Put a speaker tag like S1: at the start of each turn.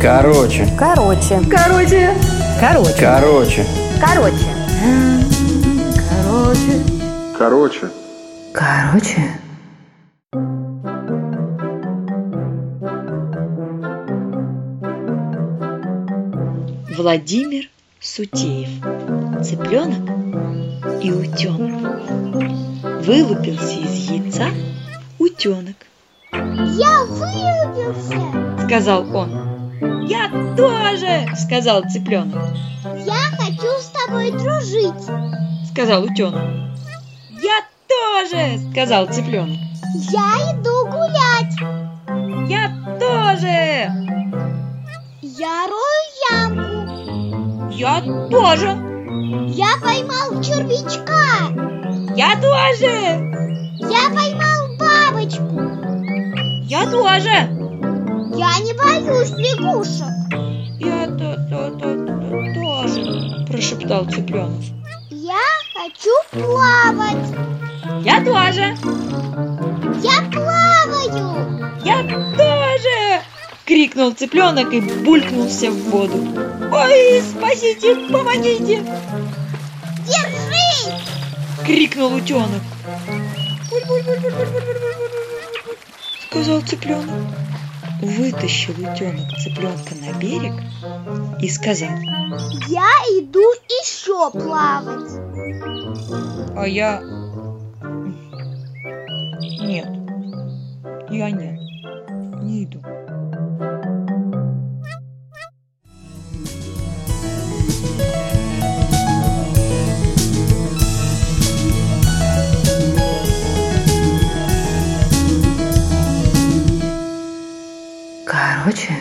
S1: Короче,
S2: Короче.
S3: Короче,
S2: Короче.
S1: короче.
S3: короче.
S4: Короче.
S2: Короче.
S5: Владимир Сутеев. Цыпленок и утенок. Вылупился из яйца утенок,
S6: Я вылупился.
S5: сказал он. Я тоже, сказал цыпленок,
S6: Я хочу с тобой дружить.
S5: сказал утенок. Я тоже, сказал цыпленок.
S6: Я иду гулять.
S5: Я тоже,
S6: Я рою ямку.
S5: я тоже,
S6: Я поймал червячка.
S5: я тоже,
S6: Я поймал бабочку.
S5: я тоже.
S6: Я не боюсь лягушек.
S5: Я то- то- то- то- тоже, прошептал цыпленок.
S6: Я хочу плавать.
S5: Я тоже,
S6: Я плаваю.
S5: я тоже! Крикнул цыпленок и булькнулся в воду. Ой, спасите, помогите!
S6: Держись.
S5: Крикнул утенок. Сказал цыпленок. Вытащил утенок цыпленка на берег и сказал.
S6: Я иду еще плавать.
S5: А я... Нет, я не, не иду.
S2: Короче.